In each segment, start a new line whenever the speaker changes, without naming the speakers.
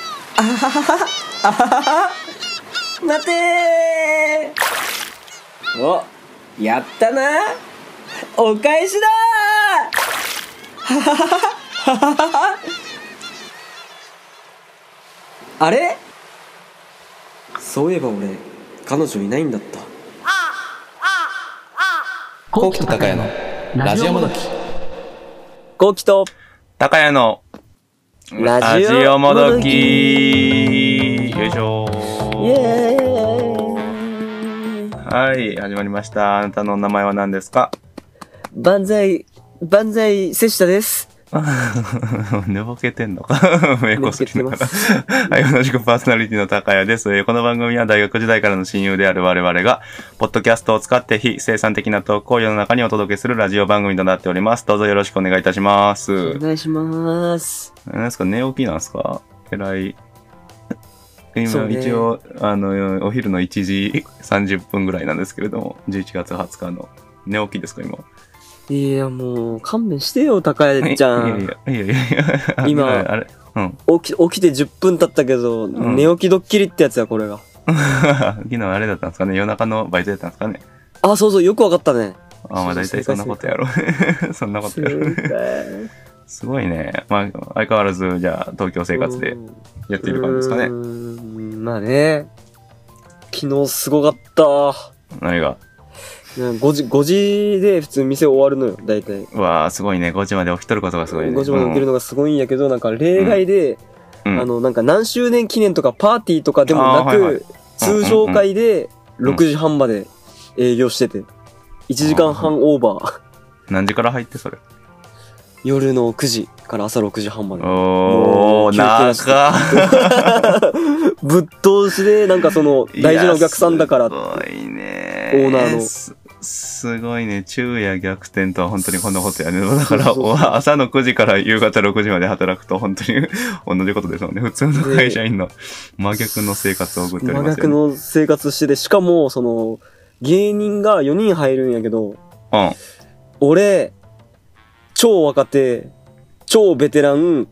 はははあははは待てーおやったなお返しだーははははははは あれそういえば俺彼女いないんだった
高木と高谷のラジオもどき。
ゴキと
高谷の
ラジオ
もどきよいしょ
イエーイ
はい始まりましたあなたのお名前は何ですか
万歳万歳瀬下です
寝ぼけてんのか 目こすりながらはい同じくパーソナリティの高谷ですえーこの番組は大学時代からの親友である我々がポッドキャストを使って非生産的な投稿を世の中にお届けするラジオ番組となっておりますどうぞよろしくお願いいたしま
お
す
願いします
何ですか寝起きなんですか偉い。
そう
今、
ね
一応、あの、お昼の1時30分ぐらいなんですけれども、11月20日の。寝起きですか、今。
いやもう勘弁してよ高谷ちゃん
いやいやいやいやいや。
今
あれうん。
起き起きて10分経ったけど、
ん
寝起きドッキリってやつやこれが
昨日あれだったんですかね夜中のバイトだったんですかね
あそうそうよくわかったね
あまあ大体そんなことやろう。 そんなことやろう。すごいね。まあ、相変わらず、じゃあ、東京生活でやっている感じですかね。
ねまあね昨日すごかった
何が
なんか5時、5時で普通店終わるのよ、大体。
うわあすごいね。5時まで起きとることがすごいね。
5時まで起きるのがすごいんやけど、なんか例外で、
うんうん
あの、なんか何周年記念とかパーティーとかでもなく、
あーはいはい
通常会で
うんうん
6時半まで営業してて、1時間半オーバー。
何時から入って、それ。
夜の9時から朝6時半まで。も
お
う
ー、
休憩して
長っ
ぶっ通しで、なんかその、大事なお客さんだから
いや、すごいね。
オーナーの
す。すごいね。昼夜逆転とは本当にこんなことやね。だ
そ
か
う
ら、
そう
朝の9時から夕方6時まで働くと本当に同じことですもんね。普通の会社員の真逆の生活を送っており
真
ます
逆
よ、ね。
の生活してて、しかも、その、芸人が4人入るんやけど、
うん。
俺、超若手、超ベテラン、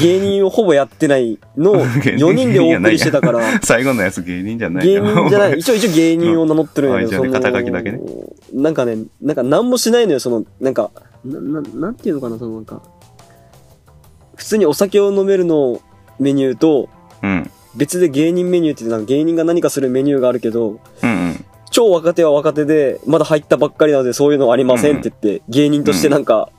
芸人をほぼやってないの
芸人
4人でお送りしてたから、
最後のやつ芸人じゃな い
芸人じゃない、
い。
一応一応芸人を名乗ってるんやけど、
うんあ一応ね肩書きだけね
なんかね、なんか何もしないのよ、その、なんか、な、ななんていうのかな、そのなんか、普通にお酒を飲めるのメニューと、
うん。
別で芸人メニューってなんか芸人が何かするメニューがあるけど、
うんうん。
超若手は若手で、まだ入ったばっかりなのでそういうのはありませんって言って、芸人としてなんか、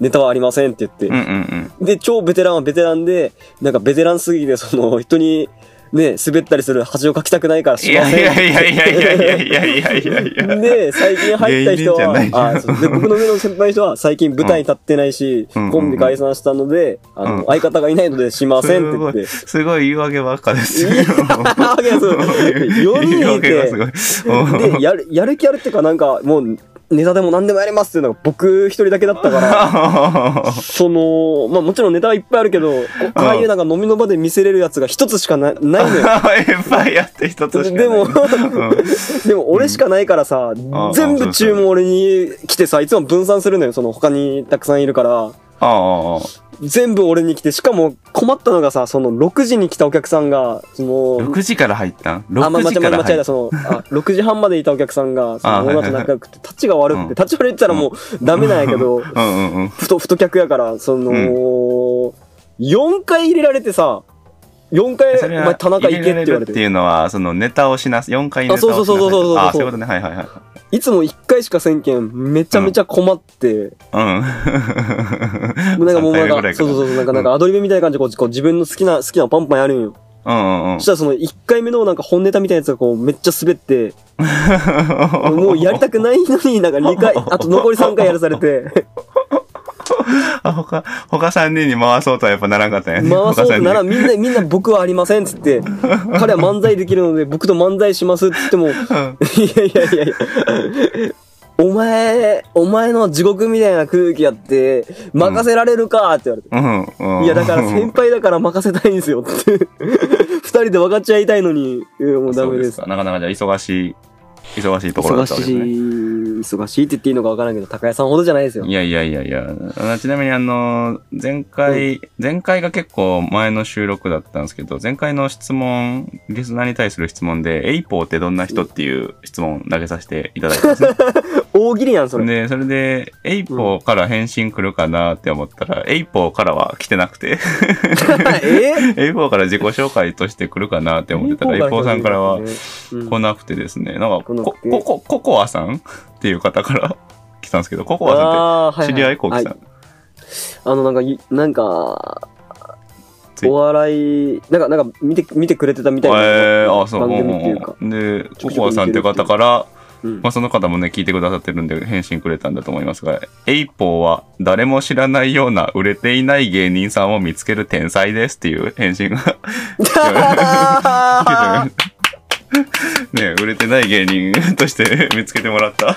ネタはありませんって言って、
うんうんうん。
で、超ベテランはベテランで、なんかベテランすぎて、その、人に、ね、滑ったりする恥をかきたくないから
い
しま
や
せん。
いやいやいやいやいやいやいやいやいや。
で、最近入った人は
芸人じゃ、ない
あそうで僕の上の先輩の人は最近舞台に立ってないし、
うん
コンビ解散したので、あの、
うん
相方がいないのでしませんって言って。
すごい言い訳ばっかですよ。
いやわけですよ4
言い
人い
訳が
て
す、ごい。
で、やる、やる気あるっていうか、なんか、もう、ネタでも何でもやりますっていうのが僕一人だけだったから、 その、まあもちろんネタはいっぱいあるけど、ああいうなんか飲みの場で見せれるやつが一つしかなない のよ。
いっぱいやって一つしかない。
でも
うん
でも俺しかないからさ、
ああ
全部注文俺に来てさ、いつも分散するのよ。その他にたくさんいるから、
ああああ、
全部俺に来て、しかも困ったのがさ、その6時に来たお客さんが、その、
6時から入ったん
あ、ま、
?6
間違
時
え
か
た、
ら
間違えた、
入った。
その、あ、6時半までいたお客さんが、そ
あ
の、
はい
女
は
と
いはい
仲良くて、立ちが悪く
うん
て、立ち悪いって言ったらもう、ダメなんやけ ど、
うんうんうん。
ふと、太客やから、その、
う
4回入れられてさ、4回、
そ
お
れは
前田中行けって言われ
入れるって
て、
いうのは、そのネタをしなす、4回ネタをしなさい
あそうそうそうそうそうそう
ああ、そういうことね。はいはいはい。
いつも1回しかせんけん、めちゃめちゃ困って、
うん。
なんかもうなん
3回目ぐら
か、
いか
そう
ら
そうそう、なんか
うん
なんかアドリブみたいな感じでこう、こう自分の好きな、好きなパンパンやるんよ。
うんうんうん
そし。たらその1回目のなんか本ネタみたいなやつがこう、めっちゃ滑 って、もうやりたくないのに、なんか2回、 あと残り3回やらされて、
あ、他、他3人に回そうとはやっぱならんかったんや
回
ね。
そうとなら
他三
み
人
んな、 みんな僕はありませんっつって、彼は漫才できるので僕と漫才しますっつっても、いやいやいやいや、お前、お前の地獄みたいな空気やって、任せられるかって言われて。
うんうん。
いやだから先輩だから任せたいんですよって。二人で分かっちゃいたいのに、いやもうダメです。
そうかなかなかじゃあ忙しい、忙しいところだ
忙
ったわけですね。
しー忙しいって言っていいのかわからんけど、高谷さんほどじゃないですよ
い。やいやいやいや。あちなみにあの、前回、前回が結構前の収録だったんですけど、前回の質問、リスナーに対する質問で、エイポーってどんな人っていう質問投げさせていただいたんです ね。
大喜利やん、それ。
で、それで、エイポーから返信来るかなって思ったら、エイポーからは来てなくて、
え
エイポーから自己紹介として来るかなって思ってたら、エイポーさんからは来なくてですね、なんか、
来な
こ
くて
ここココアさんっていう方から来たんですけど、ココアさんって、
あーは
知り合いこうき
は
さん。
あの、なんかい、なんか
つ、い
お笑い、なんか、なんか、見て、見てくれてたみたいな。
えー、あ、そう、
番組っていうか。
うんうん
ちょ
で、コ
くちょく
コアさんって方から、
うん
まあ、その方もね、聞いてくださってるんで、返信くれたんだと思いますが、エイポーは誰も知らないような売れていない芸人さんを見つける天才ですっていう返信が
あ
ね、売れてない芸人として 見つけてもらった。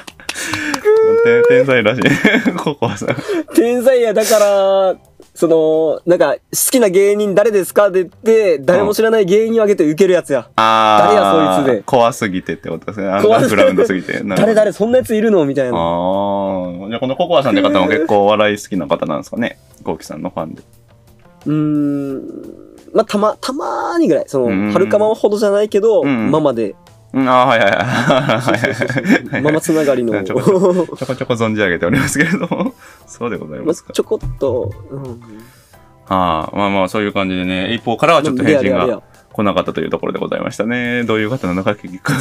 て天才らしい。ココアさん。
ー天才や、だから、その、なんか、好きな芸人誰ですかって言って、誰も知らない芸人を挙げて受けるやつや。
あ
誰やそいつで
怖すぎてってことですね。アン
怖
ダ
す
ーグラウンドすぎて。なるほど
誰誰、そんなやついるのみたいな。
ああ。じゃあこのココアさんって方も結構お笑い好きな方なんですかね。ゴーキさんのファンで。
うーん。まあ、たま、たまーにぐらい。そ
うん
の、はるかまほどじゃないけど、
うん
ママで、
うん、ああ、はいはいはいはい。
ママつながり の、
ちょこちょこちょこちょこ存じ上げておりますけれども。 そうでござ い
ま
ますか
あ。ちょこっと、うん。
はあ、まあまあ、そういう感じでね、一方からはちょっと返信が来なかったというところでございましたね。どういう方なのか結 局、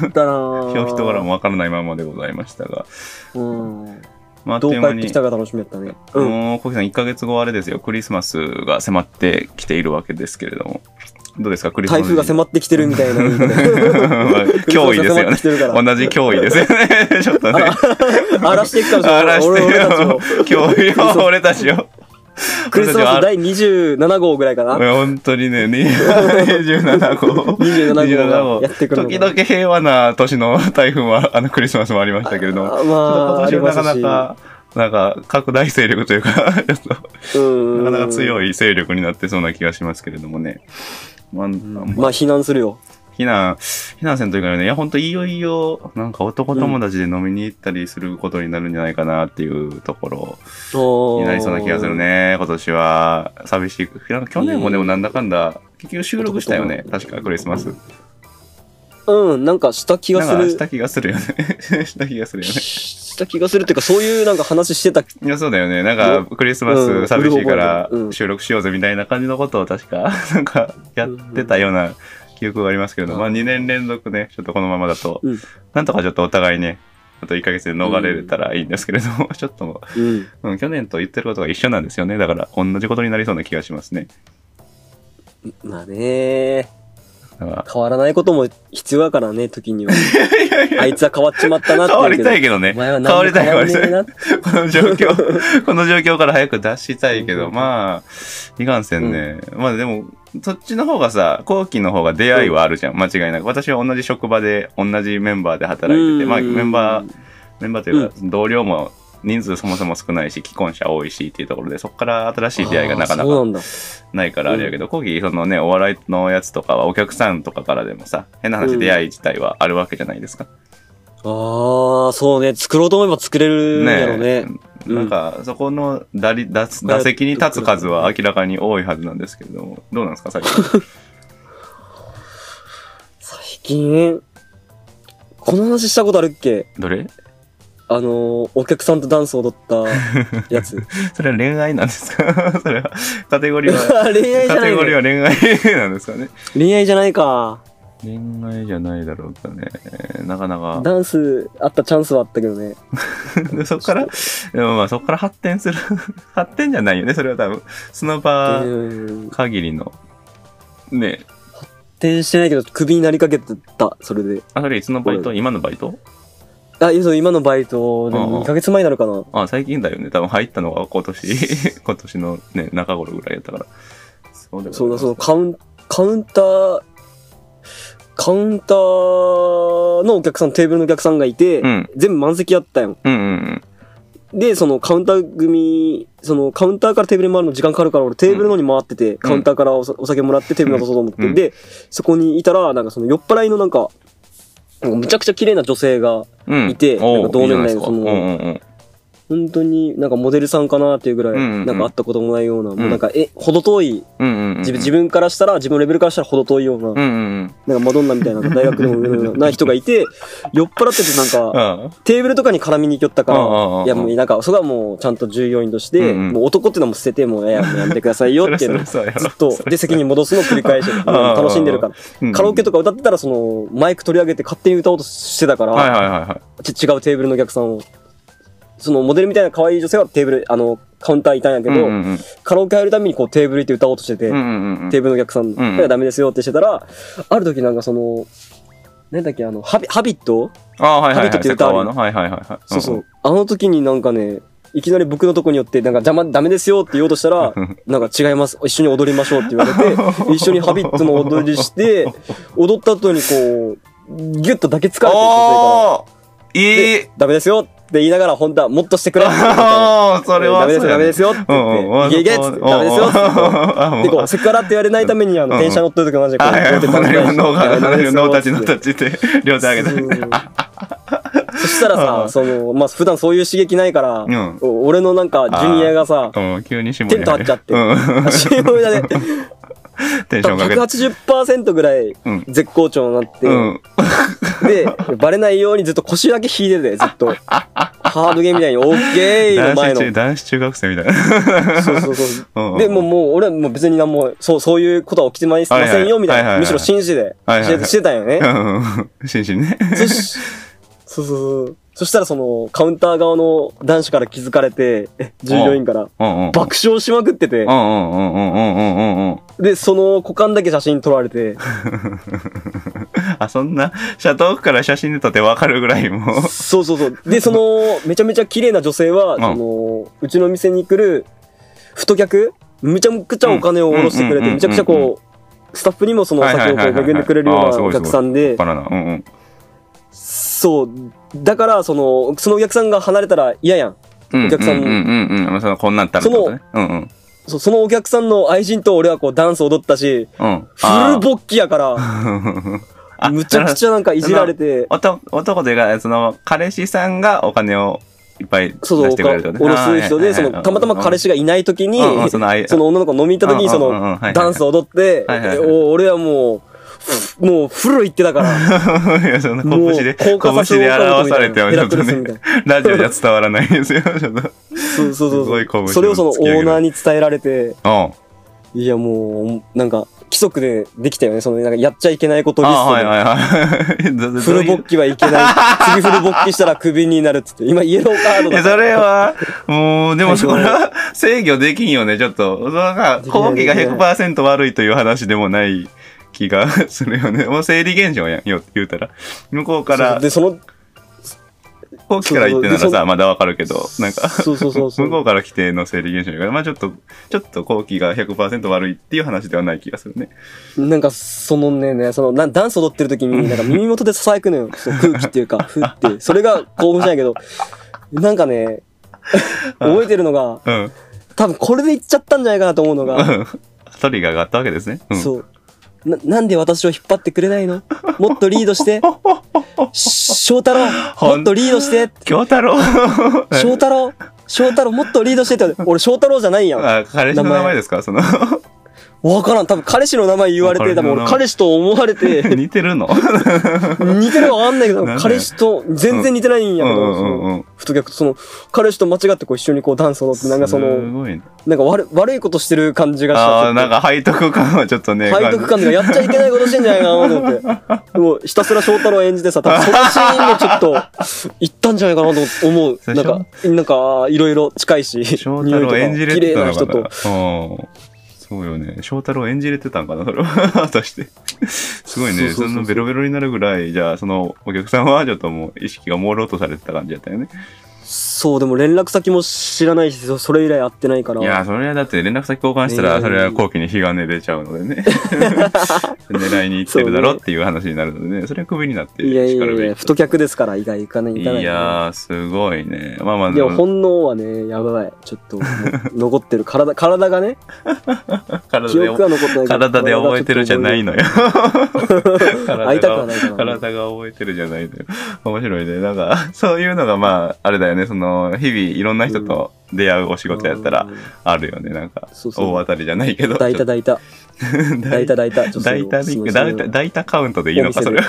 だったなぁ。
人柄もわからないままでございましたが。
うん。
まあ、あっ
どう
という間
帰って
に
き。たか楽しみやったね。うん。
もう、コキさん、1ヶ月後あれですよ。クリスマスが迫ってきているわけですけれども。どうですか、クリスマス。
台風が迫ってきてるみたいな言い方。クリスマスが迫っ
脅威ですよね。
てきてるから
同じ脅威ですよね。 ちょっとね。
荒らしていくかもしれない。
荒らして
俺俺た ち
よ
も。。
脅威
スマ
よ、俺たちよ。
クリスマス第27号ぐらいかな。
本当にね、27号。
27号
27
やってくるの
時々平和な年の台風は、あのクリスマスもありましたけれども、
あまあ、あ
ち
り
ょっ
ま
と今年はなか
すし。
なか、なんか、拡大勢力というか、 ちょっと、
うん。
なかなか強
い。
い勢力になってそうな気がしますけれどもね。まあ、ま
まあ、避難するよ。
避難、避難せんというかね、いや、ほんといよいよ、なんか男友達で飲みに行ったりすることになるんじゃないかなっていうところ
おー
になりそうな気がする。ね、今年は。寂しい。なんか去年もでもなんだかんだ、結局収録したよね、確かクリスマス。
うん、なんかした気がす
なんか
る
し。た気がするよね。 した気がするよね。
した気がするっていうか、そういうなんか話してた。
いや、そうだよね。なんか、クリスマ
う
ス
ん
寂しいから
うん
収録しようぜみたいな感じのことを確か、なんか、やってたような記憶がありますけれど、
うん
まあ2年連続ね、ちょっとこのままだと
うん、
なんとかちょっとお互いね、あと1ヶ月で逃れれたらいいんですけれども、 ちょっとも
うん。
う、うん、去年と言ってることが一緒なんですよね。だから、同じことになりそうな気がしますね。
まあね
だから
変わらないことも必要やからね、時 には。あいつは変わっちまったなって
変
言
わ
うけ
り
ど。
たいけどね。
お前は
変
何
わ
も
りたい、
変
変
わ
わ
ん
り
ね
た
え
い。
な。
この状況、 この状況から早く脱したいけど、まあ、いかんせんね。まあでも、そっちの方がさ、後期の方が出会いはあるじゃん、間違いなく。私は同じ職場で、同じメンバーで働いてて、まあメンバー、メンバーというか、同僚も人数そもそも少ないし、既婚者多いしっていうところで、そこから新しい出会いがなかな
あーそうな
か
んだ。
ないからあれやけど、後期、そのね、お笑いのやつとかは、お客さんとかからでもさ、変な話、
うん
出会い自体はあるわけじゃないですか。
ああ、そうね。作ろうと思えば作れるんだろうね。うん
なんか、そこの打り打つ打席に立つ数は明らかに多いはずなんですけれども、どうなんですか、最近。
最近、この話したことあるっけ
どれ
あのー、お客さんとダンス踊ったや つ。
それは恋愛なんですか それは、カテゴリーは、
恋愛じゃ
カ
な
テ
い、
ゴリー
ね、
は恋愛なんですかね。
恋愛じゃないか。
恋愛じゃないだろうかね。なかなか。
ダンスあったチャンスはあったけどね。
で そこから、でもまあそこから発展する。 発展じゃないよね、それは多分。その場
うん。
限りの。ね
転してないけど、クビになりかけてた、それで。
あ、それいつのバイト今のバイト
あ、いやそう今のバイト、で
うんうん
も2ヶ月前になるかな。
あ、最近だよね。多分入ったのが今年、今年のね、中頃ぐらいやったから。そうだ
そうだ、そのカウン、カウンター、カウンターのお客さん、テーブルのお客さんがいて、
うん
全部満席やったやん。
うんうん
で、そのカウンター組、そのカウンターからテーブルに回るの時間かかるから、俺テーブルのに回ってて、カウンターからおお酒もらってテーブルに出そうと思って、
うん
で、そこにいたら、なんかその酔っ払いのなんか、もうむちゃくちゃ綺麗な女性が、
うん。
いて
お
な
うん
か同年代の
いいじゃないですか
その
うんうんうん。
本当になんかモデルさんかなっていうぐらい、
うんうんうん
なんか会ったこともないような、もうんうなんか、え、ほど遠い、
うんうんうん。
自分自分からしたら、自分のレベルからしたらほど遠いような、
うんうん
なんかマドンナみたいな、大学でも上のようなな人がいて、酔っ払っててなん
うん。
か、
あ
テーブルとかに絡みに行きよったか
うんうんうんうん
ら、いやもうなんか、そこはもうちゃんと従業員として、
うんうん
もう男ってのも捨てて、もういやいやもうやめてくださいよ
そり
っ
ゃ
ていうのをず
そうやろ
っと、で、責任戻すのを繰り返して、
んうんうん
楽しんでるから。
うん
カラオケとか歌ってたら、その、マイク取り上げて勝手に歌おうとしてたから、
はいはいはいはい。
ち違うテーブルのお客さんを。そのモデルみたいな可愛い女性はテーブル、あの、カウンターいたんやけど、
うんうんうん
カラオケ入るためにこうテーブル行って歌おうとしてて、
うんうんうん
テーブルのお客さん、
うん
だからダメですよってしてたら、ある時なんかその、なんだっけ、あの、ハビハビット、
ああ、はいは
ハビッ
い
トっ
はい。
て
セ
歌
カ
ある
ワの。はいはいはいはい。
そうそう。あの時になんかね、いきなり僕のとこに寄って、なんか邪魔、ダメですよって言おうとしたら、なんか違います。一緒に踊りましょうって言われ て、一緒にハビットの踊りして、踊った後にこう、ギュッと抱きつかれてる状態から、
おーいい
でダメですよって言いながら、本当はもっとしてくれって言ってたの
あー それは
ダメですよ、
そうや
ダ
ね
メですよって言って、いけいけっつって、ダメですよっつって。で こう、セクハラって言われないために、あ
う
の、
ん
電車乗ってる時も同じでこう、こうやって叩いたりして
ノータッチ、ノータッ
チ。
チって、両手上げて。
そしたら
う
さ、
ん
その、まあ、普段そういう刺激ないから
ん、
お俺のなんか、ジュニアがさ、
うん、急に絞
テント張っちゃって、CM 裏で、
テンションかけて。
180%ぐらい
うん、
絶好調になって
う、ん。
で、バレないようにずっと腰だけ引いてて、ずっと。ハードゲーみたいに、オッケーの
男
前
子
の
中、。男子中学生みたいな。
そうそうそう。
うん
で、もう、もう、俺はもう別に何も、そう、そういうことは起きてまいませんよ、みたい
はいは
な。
いはいはいはい
むしろ紳士で、
はいはいはい
してたんよね。
うん。 心身ね。
そし、そうそうそう。そしたらその、カウンター側の男子から気づかれて、え従業員から、
うんうん。
爆笑しまくってて
う、んうんうんうんうんうんうん。
で、その股間だけ写真撮られて、
あ、そんな、車遠くから写真で撮ってわかるぐらいも う。
そうそうそう。で、その、めちゃめちゃ綺麗な女性は、
ん
その、うちの店に来る、太客めちゃくちゃお金を下ろしてくれ
うんうんうんうんう
て、
ん
めちゃくちゃこう、スタッフにもそのお酒をこ
はいはいはいは
う
い
恵んでくれるよう
あー
な
すご
お
いすごい
客さんで、
バナナ。うんうん。
そう。だから、その、そのお客さんが離れたら嫌やん。
うん
お客さん
うんうんうんうん。そのこんなんったらってことね。うんうん。
そそのお客さんの愛人と俺はこうダンス踊ったし、
うん。
フルボッキや から、むちゃくちゃなんかいじられて、
男男というか、その、彼氏さんがお金をいっぱい出
そうそう、
してくれるってこと
おろす人で、その、たまたま彼
氏
氏がいない時に
うんうんそのあい、
その女の子飲みに行った時に、そ
うんうんうんうんはいは
の、
いはい
ダンス踊って、
はいはいはい
でお俺はもう、ふもう、フル行ってた から、
いや、そんな
もう、
拳で、拳で表されては
ヘ
ちょ
ラ
っ
ク
と
レスみたい
ね
な。、
ラジオじゃ伝わらないですよ、ち ょっと。うん。
そうそう
すごい
そ
拳
う。
を
それをそのオ
突き上げる
ーナーに伝えられて、
あ
いやもう、なんか、規則でできたよね。その、なんか、やっちゃいけないことリ
あ、
スト
は
で
いはいはい。 どど
フル勃起はいけない。次フル勃起したらクビになるっつって。今イエローカードだ。
え、それは、もう、でもそれは制御できんよね、ちょっと。そのなんか、
できない
後期が
できな
100%悪いという話でもない気がするよね。 もう生理現象やん、よ言うたら。向こうか
そう
ら、
で、その、
後期から言ってな
そうそうでそ
らさ、まだわかるけど、なんか、
そうそうそうそう
向こうから規定の生理現象やから、まあちょっと、ちょっと後期が100%悪いっていう話ではない気がするね。
なんか、そのね、ねそのな、ダンス踊ってる時に、なんか耳元で囁くの よ。そう空気っていうか、ふって。それが興奮しないけど、なんかね、覚えてるのが、
うん。
多分これでいっちゃったんじゃないかなと思うのが、
トリガーがあったわけですね。うん。
そう。な、なんで私を引っ張ってくれないのもっとリードして。し翔太郎、もっとリードして。
京太郎
翔太郎、翔太郎、もっとリードしてって言われて。俺翔太郎じゃないやん。
あ、彼氏の名前ですかその、
わからん。多分彼氏の名前言われて、多分俺彼氏と思われ て、
似てるの
似てるかわかんないけど、
なんで
彼氏と全然似てないんやけ
うん
ど、
うん
そ
うんうん
の、太客とその、彼氏と間違ってこう一緒にこうダンス踊って、なんかそ
す
の、
ごいね。
なんか悪悪いことしてる感じがした。
ああ、なんか背徳感はちょっとね。
背徳感がやっちゃいけないことしてんじゃないかなと思って。もうひたすら翔太郎演じてさ、多 分そのシーンでちょっと、行ったんじゃないかなと 思う。
そ
な
うで
ん
しょ
か、なんか、いろいろ近いし、
翔太郎演じれ
綺
て
麗
た
な
のか
人
な。う
と
ん。。そうよね。翔太郎演じれてたんかな、それは。 果たして。すごいね。
そうそうそうそう
そのベロベロになるぐらい、じゃあ、そのお客さんはちょっともう意識が朦朧とされてた感じだったよね。
そう、でも連絡先も知らないし、そそれ以来会ってないから。
いや、それはだって連絡先交換した
う
ら、
ん
それは後期に火がね出ちゃうの でね。狙いに行ってるだろっていう話になるのでね、それはクビになって
いやい
叱
や
る
いや、
べき
太客ですから、意外行かない、行かない。
いやー、すごいね。まあまあ、
でも本能はね、やばい。ちょっ と、もう残ってる。体、体がね、
体
記
で
憶は残ってないけど
体で覚えてるじゃないのよ。
会いたくはないからね
体が覚えてるじゃないのよ。面白いね。なんか、 そういうのがまあ、あれだよね。その、日々いろんな人と出会うお仕事やったら
うん、
あるよね。なんか、
そう
大
そう
当たりじゃないけど。
抱いた抱いた。抱いた抱いた。ちょっと
大体
その
で、
その
大体、大体カウントでいいのか、
お
そ
店
れ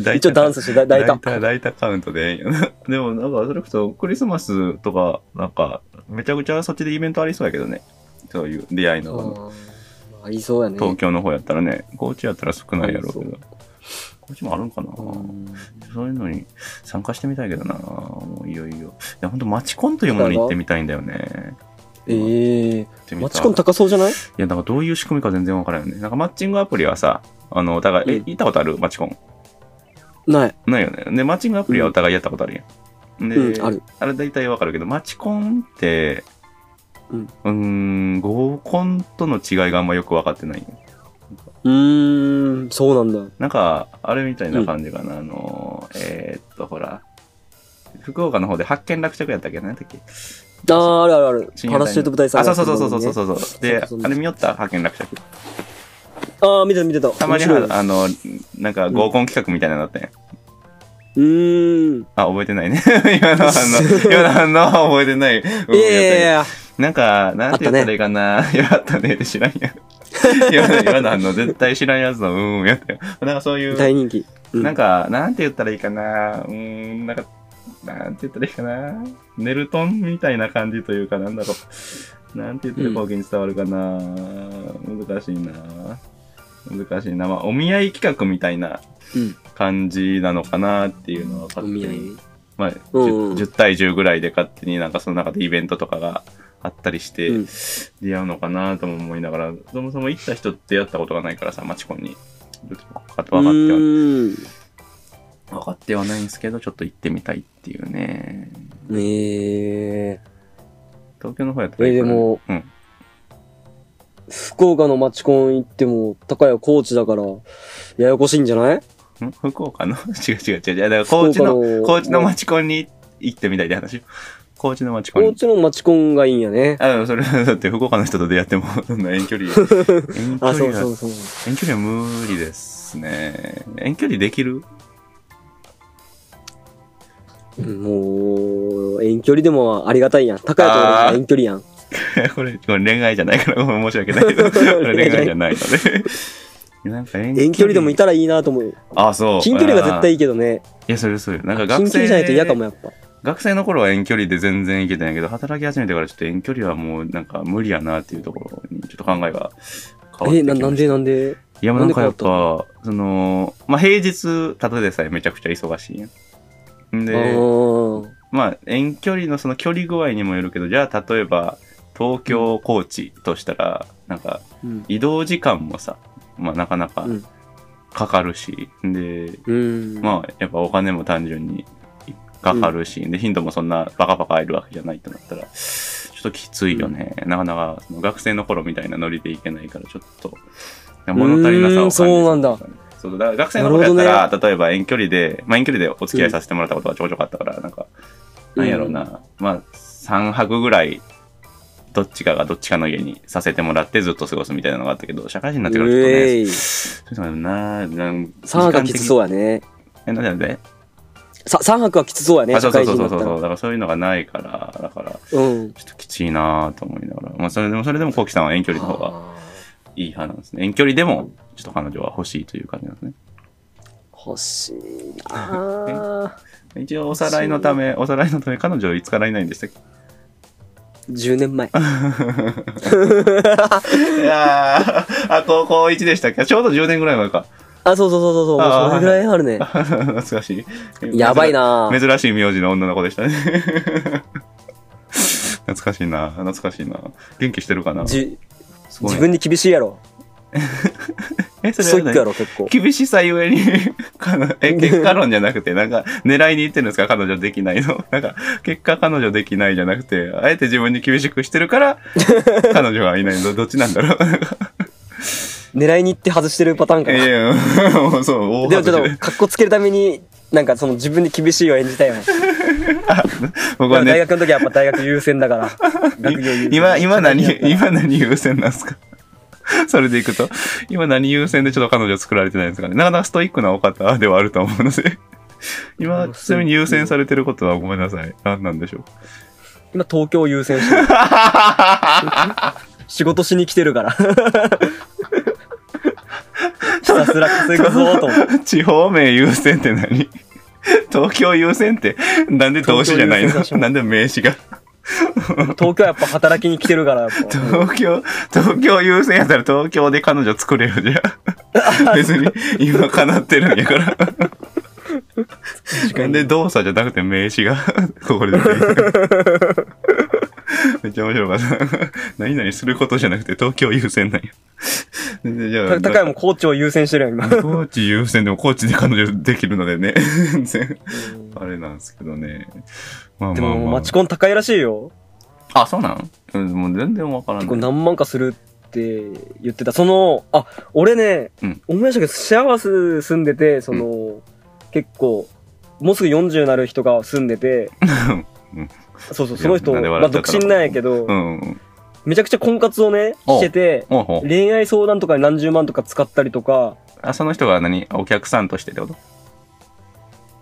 で
は。
一応ダンスしてだ抱いた
大体、大体カウントでいい よな。でも、なんか、それこそ、クリスマスとか、なんか、めちゃくちゃそっちでイベントありそうやけどね。そういう出会いの。
うんありそうやね。
東京の方やったらね、高知やったら少ないやろうけ
あり
ど。高知もあるんかな
うん
そういうのに参加してみたいけどなもういよいよ。いや、ほんと、マチコンというものに行ってみたいんだよね。
ええ
行ってみたい
マチコン高そうじゃない
いや、なんかどういう仕組みか全然わからないよね。なんかマッチングアプリはさ、あの、お互い、え
うん、
行ったことあるマチコン。
ない。
ないよね。で、マッチングアプリはお互いやったことあるやん。で、
うん、ある。
あれ大体わかるけど、マチコンって、
うん
ーん、合コンとの違いがあんまよくわかってない。
うーん、そうなんだ。
なんか、あれみたいな感じかな。あの、えーっと、ほら、福岡の方で発見落着やったっけ何だっけ
ああ、あるあるある
深。夜帯の
パラシュート部隊さん
あ、
が
そ
や
う
って
そう
る
そうそう
番組ね
そうそうそう。で
そうそう、
あれ見よった派遣落着。
ああ、見てた見てた。
たまに
面白い
は、あの、なんか合コン企画みたいなのあったやん。
うーん。
あ、覚えてないね。 今 の反応、今の反応は覚えてない。
いやいやいやいや。
なんか、なんて言ったらいいかな。 よかったねって知らんや ん。今の今の反応、絶対知らんやつの、うんうんやったよ。なんかそういう、
大人気。う
なんか、なんて言ったらいいかな。うーん、なんか、なんて言ったらいいかな。ネルトンみたいな感じというか、なんだろう。なんて言ったら後期に伝わるかな。難しいな。難しいな。まあ、お見合い企画みたいな
うん
感じなのかなっていうのは
お
勝
見
手
合い
に。まあ、
うんうん
10, 10対10ぐらいで勝手になんかその中でイベントとかがあったりして
うん
出会うのかなとも思いながら、そもそも行った人って出会ったことがないからさマチコンにあと分かっては
う
分かってはないんですけどちょっと行ってみたいっていうね
ーん。ええ
東京の方やった
え
いい
で
かな
も、
うん
福岡の町コン行っても、高谷高知だから、ややこしいんじゃない
ん福岡の 違う違う違う違うだから高知
福
の
岡の
高知のマチコンに行ってみたいって話高知のマチコン
高
に
知の町コンがいいんやね。
あでもそれはだって福岡の人と出会ってもそんな遠 距離遠距離
あ、
が
そうそうそう。
遠距離は無理ですね。遠距離できる
もう、遠距離でもありがたいやん。高谷と俺が遠距離やん。
これ、これ恋愛じゃないから、ごめん申し訳ない けど、これ恋愛じゃないので。なんか遠
遠距離でもいたらいいなと思うよ。
あ、そう。
近距離が絶対いいけどね。
いや、それそうよ。なんか
近
学
距
生
離じゃないと嫌かもやっぱ。
学生の頃は遠距離で全然いけてないけど、働き始めてからちょっと遠距離はもうなんか無理やなっていうところにちょっと考えが変わって
え、
きま
な
した
なんでなんで
いや、
な
なんん
で
かやっぱ、その、まあ、平日、ただでさえめちゃくちゃ忙しいやん。ん
あ
で、
ー
まあ、遠距離のその距離具合にもよるけど、じゃあ、例えば、東京、高知としたら、なんか、
うん。
移動時間もさ、まあ、なかなか
うん
かかるし、で、
うん。
まあ、やっぱお金も単純にかかるし、で、頻度もそんなバカバカ入るわけじゃないとなったら、ちょっときついよね。なかなか、その学生の頃みたいなノリでいけないから、ちょっと、物足りなさを感じ
うーんそうなんだ
そうだから学生の頃やった
な
ら、
る
例えば遠距離で、まあ遠距離でお付き合いさせてもらったことはちょこちょこあったから、なんか、なんやろうな、まあ3泊ぐらい、どっちかがどっちかの家にさせてもらってずっと過ごすみたいなのがあったけど、社会人になってからちょっと
え
ね、
い。
そういうのがな、なん
3泊はきつそうやね。
え、なんでなんで
さ3泊はきつそうやね、
あ、そ
社
うそ
会
う
人
そう
だ
そ
っ
う
た
そ
ら
うだ。からそういうのがないから、だから、
うん。
ちょっときついなぁと思いながら。まあ、それでも、それでも、こうきさんは遠距離の方がいい派なんですね。遠距離でも、ちょっと彼女は欲しいという感じなんですね。
欲しいなぁ
一応、おさらいのため、おさらいのため、彼女いつからいないんでしたっけ
10年前
いや ー、あ、高校1でしたっけちょうど10年ぐらい前か。
あそうそうそうそうそうもうそ
あー
れぐらいあるね
懐かしい。
やばいなぁ
珍しい名字の女の子でしたね。 懐かしいな懐かしいな元気してるかな
じ
すごい
自分に厳しいやろ
え、そ
ストイ
れ
ッ
は
クや
何
ろ、結構。
厳しさゆえに 彼女、え、結果論じゃなくて、なんか、狙いに行ってるんですか彼女できないの。 なんか、結果彼女できないじゃなくて、あえて自分に厳しくしてる から、彼女はいないの。どどっちなんだろう。なんか
狙いに行って外してるパターンか
い
な。
や、もうそう、大
でもち
外
ょっ
れ
と、かっこつけるために、なんかその自分で厳しいを演じたいよね。
僕
大
はね、
学の時はやっぱ大学優先だ から。学 業優先。
今、今何、
社会人やっ
今何優先なんですか それでい くと、今何優先でちょっと彼女作られてないんですかね。なかなかストイックなお方ではあると思うの で。今、ちなみに優先されてることはごめんなさい。何なんでしょう。
た今東京優先 してる。仕事しに来て るから。ひたすら稼ぐぞーと思って。
地方名優先って何 東京優先って、なんで動詞じゃない
東京優先だしょ
のなんで名詞が。
東京はやっぱ働きに来てるから、やっぱ。
東京、東京優先やったら東京で彼女作れよ、じゃあ。 別に、今叶ってるんやから。なんで動作じゃなくて名詞が、 ここで出 てる。めっちゃ面白かった。 何々することじゃなくて東京優先なんや。 でじゃあ
た高いもコーチを優先してるやん、今。
コーチ優先でもコーチで彼女できるのでね。全然 あれなんですけどね。まあ
で
まあ、
も、
ま
マチコン高いらしいよ。
あ。あ、そうなんうん、もう全然わからん。
結構何万かするって言ってた。その、あ、俺ね、
うん
思い出したけど、シェアハウス住んでて、その、結構、もうすぐ40になる人が住んでて、
うん
そうそう、その人、
いやなんで
ま
笑
あ、
っちゃっ
独
たの
身なんやけど、
うんうん。
めちゃくちゃ婚活をね、
お
してて、
おうほう
恋愛相談とかに何十万とか使ったりとか、
あ、その人が何お客さんとしてってこと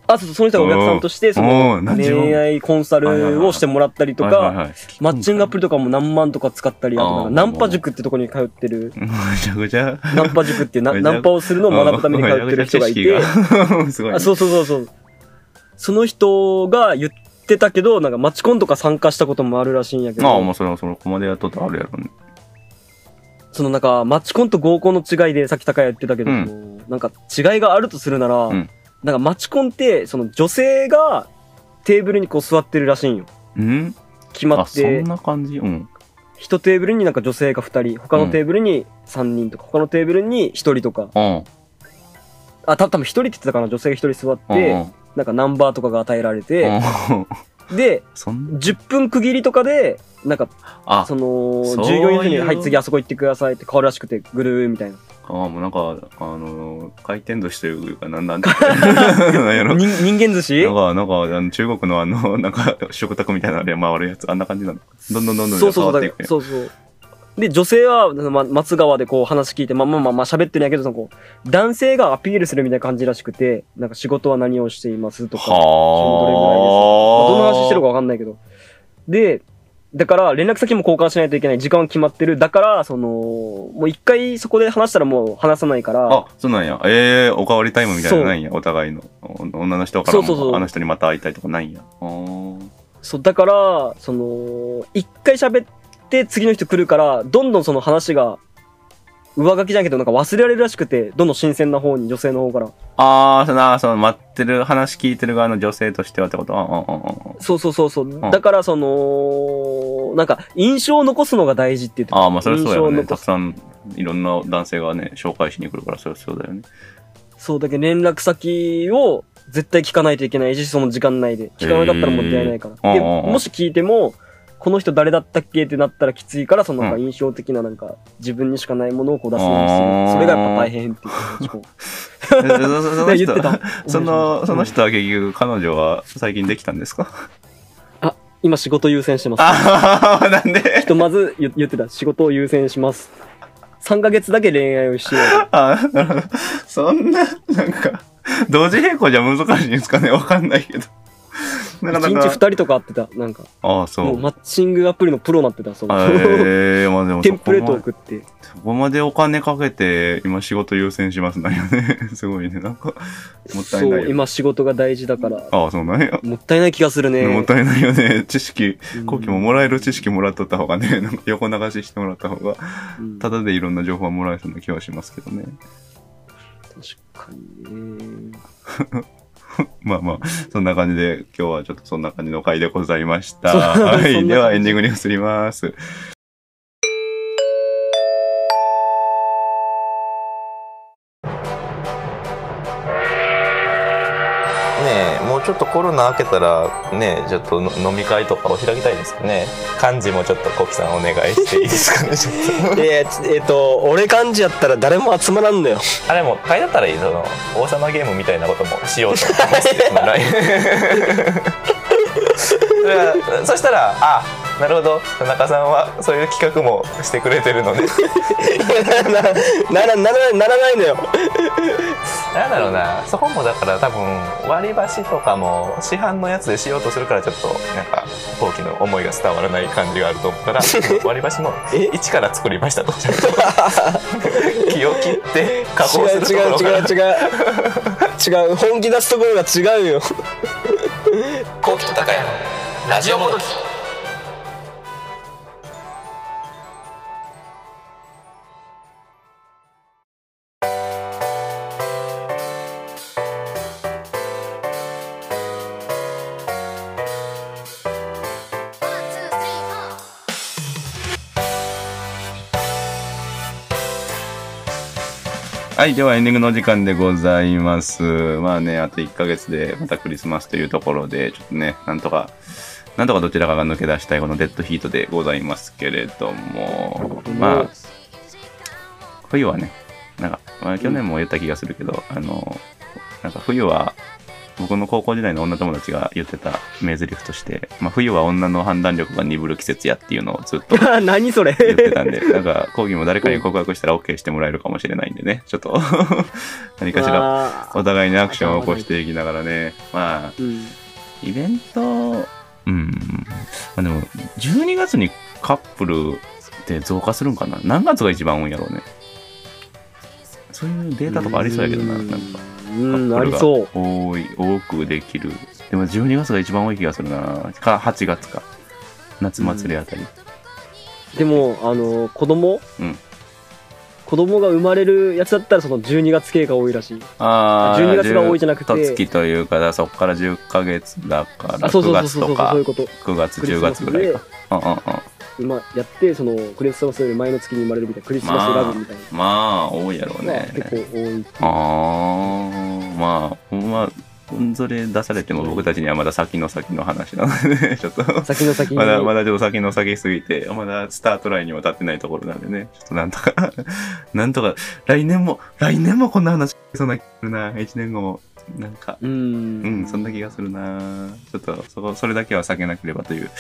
あ、そうそう、その人がお客さんとして、その、
おー何十万
恋愛コンサルをしてもらったりとか、
はいはい はい
マッチングアプリとかも何万とか使ったりだと
あ
か、
ー
ナンパ塾ってとこに通って る、
ぐちゃぐちゃ。
ナンパ塾っていうな
めちゃ
ナンパをするのを学ぶために通ってる人 がいて、
て。すごいね。
あそうそうそうそう。その人が言ってたけど、なんかマチコンとか参加したこともあるらしいんやけ
まあ、も
ど
う、それはその、ここまでやっとったらあるやろね。
そのなんかマチコンと合コンの違いで、さっき高谷言ってたけど、
うん
そのなんか違いがあるとするなら、
うん
なんかマチコンって、その女性がテーブルにこう座ってるらしいんよ。
うん
決ま
あ、
っ
そん
て、
な感じうん。
一テーブルになんか女性が二人、他のテーブルに三人とか、他のテーブルに一人とか、
うん。
あ、た多分一人って言ってたかな、女性が一人座って、
うん
なんかナンバーとかが与えられ
う
て、
ん。
で、
そんな、
10分区切りとかで、なんか、
あ、
その、
そういう
従業員の人に、はい、次あそこ行ってくださいって変わるらしくて、ぐるーみたいな。
あもうなんか、あのー回転寿司というか、なんなんだなん やろなんか、
人人間寿司
なんか、あの中国のあの、なんか、食卓みたいなので回るやつ、あんな感じなのどんどんどんどん
そうそうそ
変わ
う、
ってい
だか
く
ら
ね。
そうそう。で、女性は、ま、松川でこう話聞いて、まあまあまあまあ喋ってるんやけど、そのこう、男性がアピールするみたいな感じらしくて、なんか仕事は何をしていますとか、まあどんな
はあ。
話してるかわかんないけど。で、だから連絡先も交換しないといけない、時間は決まってる。だから、その、もう一回そこで話したらもう話さないから、
あ、そうなんや。ええおかわりタイムみたいなのないんや。お互いの。お女の人からも
そうそうそう
あの人にまた会いたいとかないんや。あー
そう、だから、その、一回喋って次の人来るから、どんどんその話が、上書きじゃんけど、なんか忘れられるらしくて、どんどん新鮮な方に、女性の方から。
あー、その、あーその、待ってる、話聞いてる側の女性としてはってことああ、あ
そうそうそうそう。だから、その、なんか、印象を残すのが大事って言って
あ、ああ、まあ、それはそうやろ
印象
ね。
残
たくさん、いろんな男性がね、紹介しに来るから、それはそう だよね。
そうだけど連絡先を絶対聞かないといけないし、その時間内で。聞かなかったらもう出会えないから。
へ
で、
ーうんうんうん
もし聞いても、この人誰だったっけってなったらきついから、そのなんか
う
印象的ななんか自分にしかないものをこう出すようにする
あー。
それがやっぱ大変っていう感じこ
そそそ
う言
の
って
人
た、。
その、その人は結局、彼女は最近できたんですか
今仕事優先してます。
ああ、なんで
ひとまず言言ってた。仕事を優先します。3ヶ月だけ恋愛をしよう。
あなるほどそんな、なんか、同時並行じゃ難しいんですかねわかんないけど。な
1
か
日
な
2
か。
人とか会ってた。なんか、
ああ、そ
もう
う。
マッチングアプリのプロになってた。その
ええまあで も
テ
そ
ンプレートを
こま
送
で、
って。
そこまでお金かけて、今仕事優先しますなんよね。 すごいね。なんか、もったい
そ
な
う、
いよ。
今仕事が大事だから。
ああ、そうなんや。
もったいない気がするね。
もったいないよね。知識、
うん
後期ももらえる知識もらっとった方がね、 なんか横流ししてもらった方が、
うん
ただでいろんな情報はもらえそうな気はしますけどね。
確かにね。
まあまあ、そんな感じで、今日はちょっとそんな感じの回でございました。
そう
は
そんな感
い。
じ
ではエンディングに移ります。
ちょっとコロナ明けたらねちょっとの飲み会とかを開きたいですかね漢字もちょっとコキさんお願いしていいですかねちょっと
ええっと、俺感じやったら誰も集まらんのよ。
あれも買いだったらいいその王様ゲームみたいなこともしようと思ってそのライブだから そしたらあなるほど田中さんはそういう企画もしてくれてるので
なら、なら、なら、ならないのよ。
なんだろうなそこもだから多分割り箸とかも市販のやつでしようとするからちょっとなんか陶器の思いが伝わらない感じがあると思うから 割り箸も
え
一から作りましたと気を切って加
違
工する
う
とこ
違
ろ
う
か
違
ら
う違う。違う、本気出すところが違うよ。
コウキと高屋のラジオもどき
はい、ではエンディングのお時間でございます。まあね、あと1ヶ月でまたクリスマスというところで、ちょっとね、なんとか、なんとかどちらかが抜け出したいこのデッドヒートでございますけれども、まあ、冬はね、なんか、まあ、去年も言った気がするけど、あの、なんか冬は、僕の高校時代の女友達が言ってた名台詞として、まあ、冬は女の判断力が鈍る季節やっていうのをずっと
何それ。
言ってたんで、なんか、講義も誰かに告白したら OK してもらえるかもしれないんでね、ちょっと、 何かしら、
あー
お互いにアクションを起こしていきながらね、まあ、
うん
イベント、うん、まあでも、12月にカップルって増加するんかな何月が一番多いんやろうね。そういうデータとかありそうやけどな、なんか。
うん、
カ
あ
ップル
り
が
そう。
多い、多くできる。でも12月が一番多い気がするな。か、8月か。夏祭りあたり。
でも、あの、子供、
うん
子供が生まれるやつだったら、その12月系が多いらしい。
ああ、
12月が多いじゃなくて
10月というかだ、そこから10ヶ月だから、
あ、そうそ
9
うそうそうそ
月と
う、そう
か
いう、こと。
9月、10月ぐらいか。うんうんうん。
今やって、その、クリスマスより前の月に生まれるみたいな、クリスマスラブみたいな。
まあ、多いやろう
まあ
ね。
結構多い。
ああ、まあ、ほんま、ほんそれ出されても僕たちにはまだ先の先の話なので、ね、 ちょっと。
先の先に。
まだまだちょっと先の先すぎて、まだスタートラインにも立ってないところなんでね、ちょっとなんとか、 なんとか、来年も、来年もこんな話しそうな気がするな、1年後も、なんか、
う。
うんん、そんな気がするなちょっと、そこ、それだけは避けなければという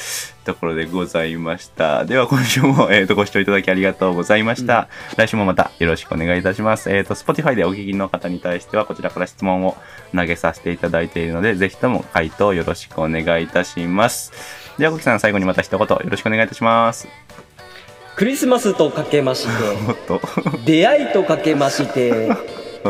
ところでございました。では、今週も、えっ、と、ご視聴いただきありがとうございました。来週もまたよろしくお願いいたします。えっ、と、Spotify でお聞きの方に対しては、こちらから質問を投げさせていただいているので、ぜひとも回答よろしくお願いいたします。では、コキさん、最後にまた一言よろしくお願いいたします。
クリスマスとかけまし
もっと。
て、出会いとかけまして、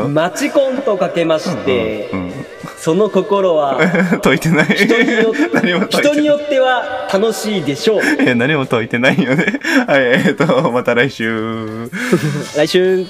マチコンとかけまして、
うん。
その心は、
解いてない。
人によっ
何も解いてない
て、人によっては楽しいでしょう。
えー何も解いてないよね。はい、えっ、と、また来週。
来週。